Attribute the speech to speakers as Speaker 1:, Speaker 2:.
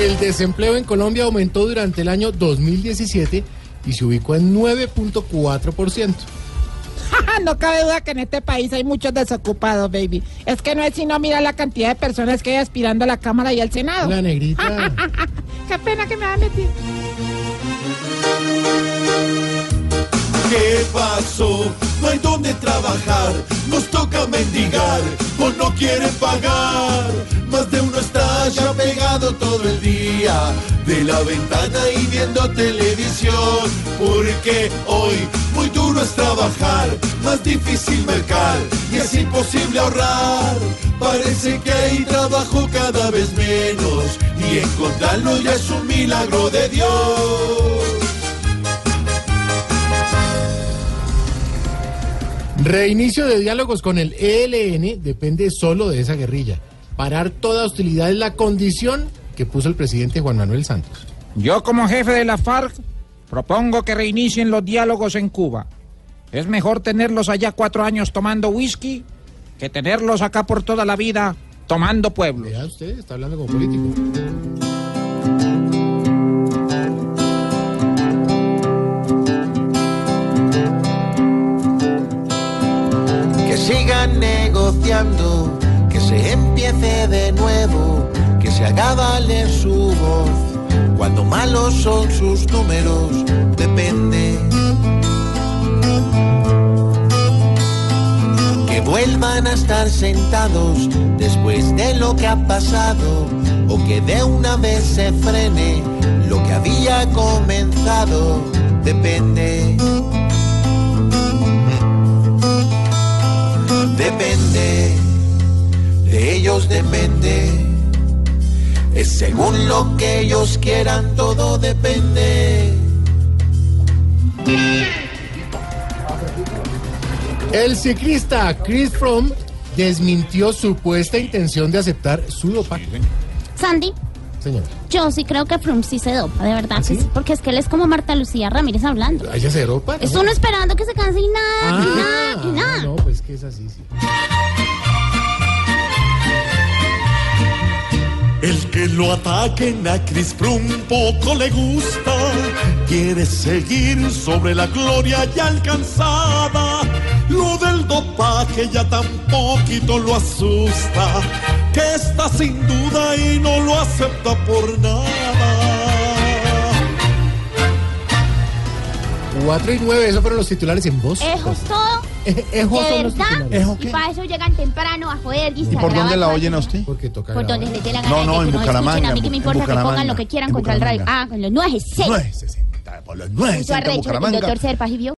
Speaker 1: El desempleo en Colombia aumentó durante el año 2017 y se ubicó en 9.4%.
Speaker 2: Ah, no cabe duda que en este país hay muchos desocupados, baby. Es que no es sino mirar la cantidad de personas que hay aspirando a la Cámara y al Senado.
Speaker 1: La negrita.
Speaker 2: Qué pena que me han metido.
Speaker 3: ¿Qué pasó? No hay dónde trabajar, nos toca mendigar o no quieren pagar. Más de uno está ya pegado todo el día de la ventana y viendo televisión. Porque hoy muy duro es trabajar, más difícil mercar y es imposible ahorrar. Parece que hay trabajo cada vez menos y encontrarlo ya es un milagro de Dios.
Speaker 1: Reinicio de diálogos con el ELN depende solo de esa guerrilla. Parar toda hostilidad es la condición que puso el presidente Juan Manuel Santos.
Speaker 4: Yo como jefe de la FARC propongo que reinicien los diálogos en Cuba. Es mejor tenerlos allá cuatro años tomando whisky que tenerlos acá por toda la vida tomando pueblos.
Speaker 1: Vea usted, está hablando como político.
Speaker 5: que sigan negociando, que se empiece de nuevo, que se haga valer su voz. Cuando malos son sus números, depende. Que vuelvan a estar sentados después de lo que ha pasado, o que de una vez se frene lo que había comenzado, depende. Depende, de ellos depende. Es según lo que ellos quieran, todo depende.
Speaker 1: El ciclista Chris Fromm desmintió supuesta intención de aceptar su dopaje.
Speaker 6: Sandy,
Speaker 1: Señora,
Speaker 6: yo sí creo que Frum sí se dopa, de verdad que
Speaker 1: ¿Sí?
Speaker 6: sí, porque es que él es como Marta Lucía Ramírez hablando.
Speaker 1: ¿a ella se dopa?
Speaker 6: Es uno esperando que se canse y nada, y
Speaker 1: Ah,
Speaker 6: nada, y nada.
Speaker 1: No, pues que es así, sí.
Speaker 3: El que lo ataquen a Chris Froome poco le gusta. Quiere seguir sobre la gloria ya alcanzada. Lo del dopaje ya tan poquito lo asusta. Que está sin duda y no lo acepta por nada.
Speaker 1: 4 y 9, esos fueron los titulares en voz.
Speaker 6: Ejos todo,
Speaker 1: Eh, ejos son
Speaker 6: de
Speaker 1: los
Speaker 6: verdad,
Speaker 1: titulares.
Speaker 6: y para eso llegan temprano a joder,
Speaker 7: ¿Y por dónde la oyen a usted?
Speaker 1: Porque toca
Speaker 6: Por
Speaker 1: grabar.
Speaker 6: donde les dé la gana
Speaker 7: No, no,
Speaker 6: de que
Speaker 7: en
Speaker 6: nos
Speaker 7: Bucaramanga,
Speaker 6: escuchen, a mí que
Speaker 7: en
Speaker 6: me importa que pongan
Speaker 7: Bucaramanga,
Speaker 6: lo que quieran
Speaker 7: en
Speaker 6: contra el radio.
Speaker 7: Bucaramanga.
Speaker 6: Ah, con los nueve, seis.
Speaker 7: 9.60, por los 9.60
Speaker 6: Mucho
Speaker 7: en
Speaker 6: arrecho, el
Speaker 7: Bucaramanga.
Speaker 6: doctor Serpa, ¿sí vio?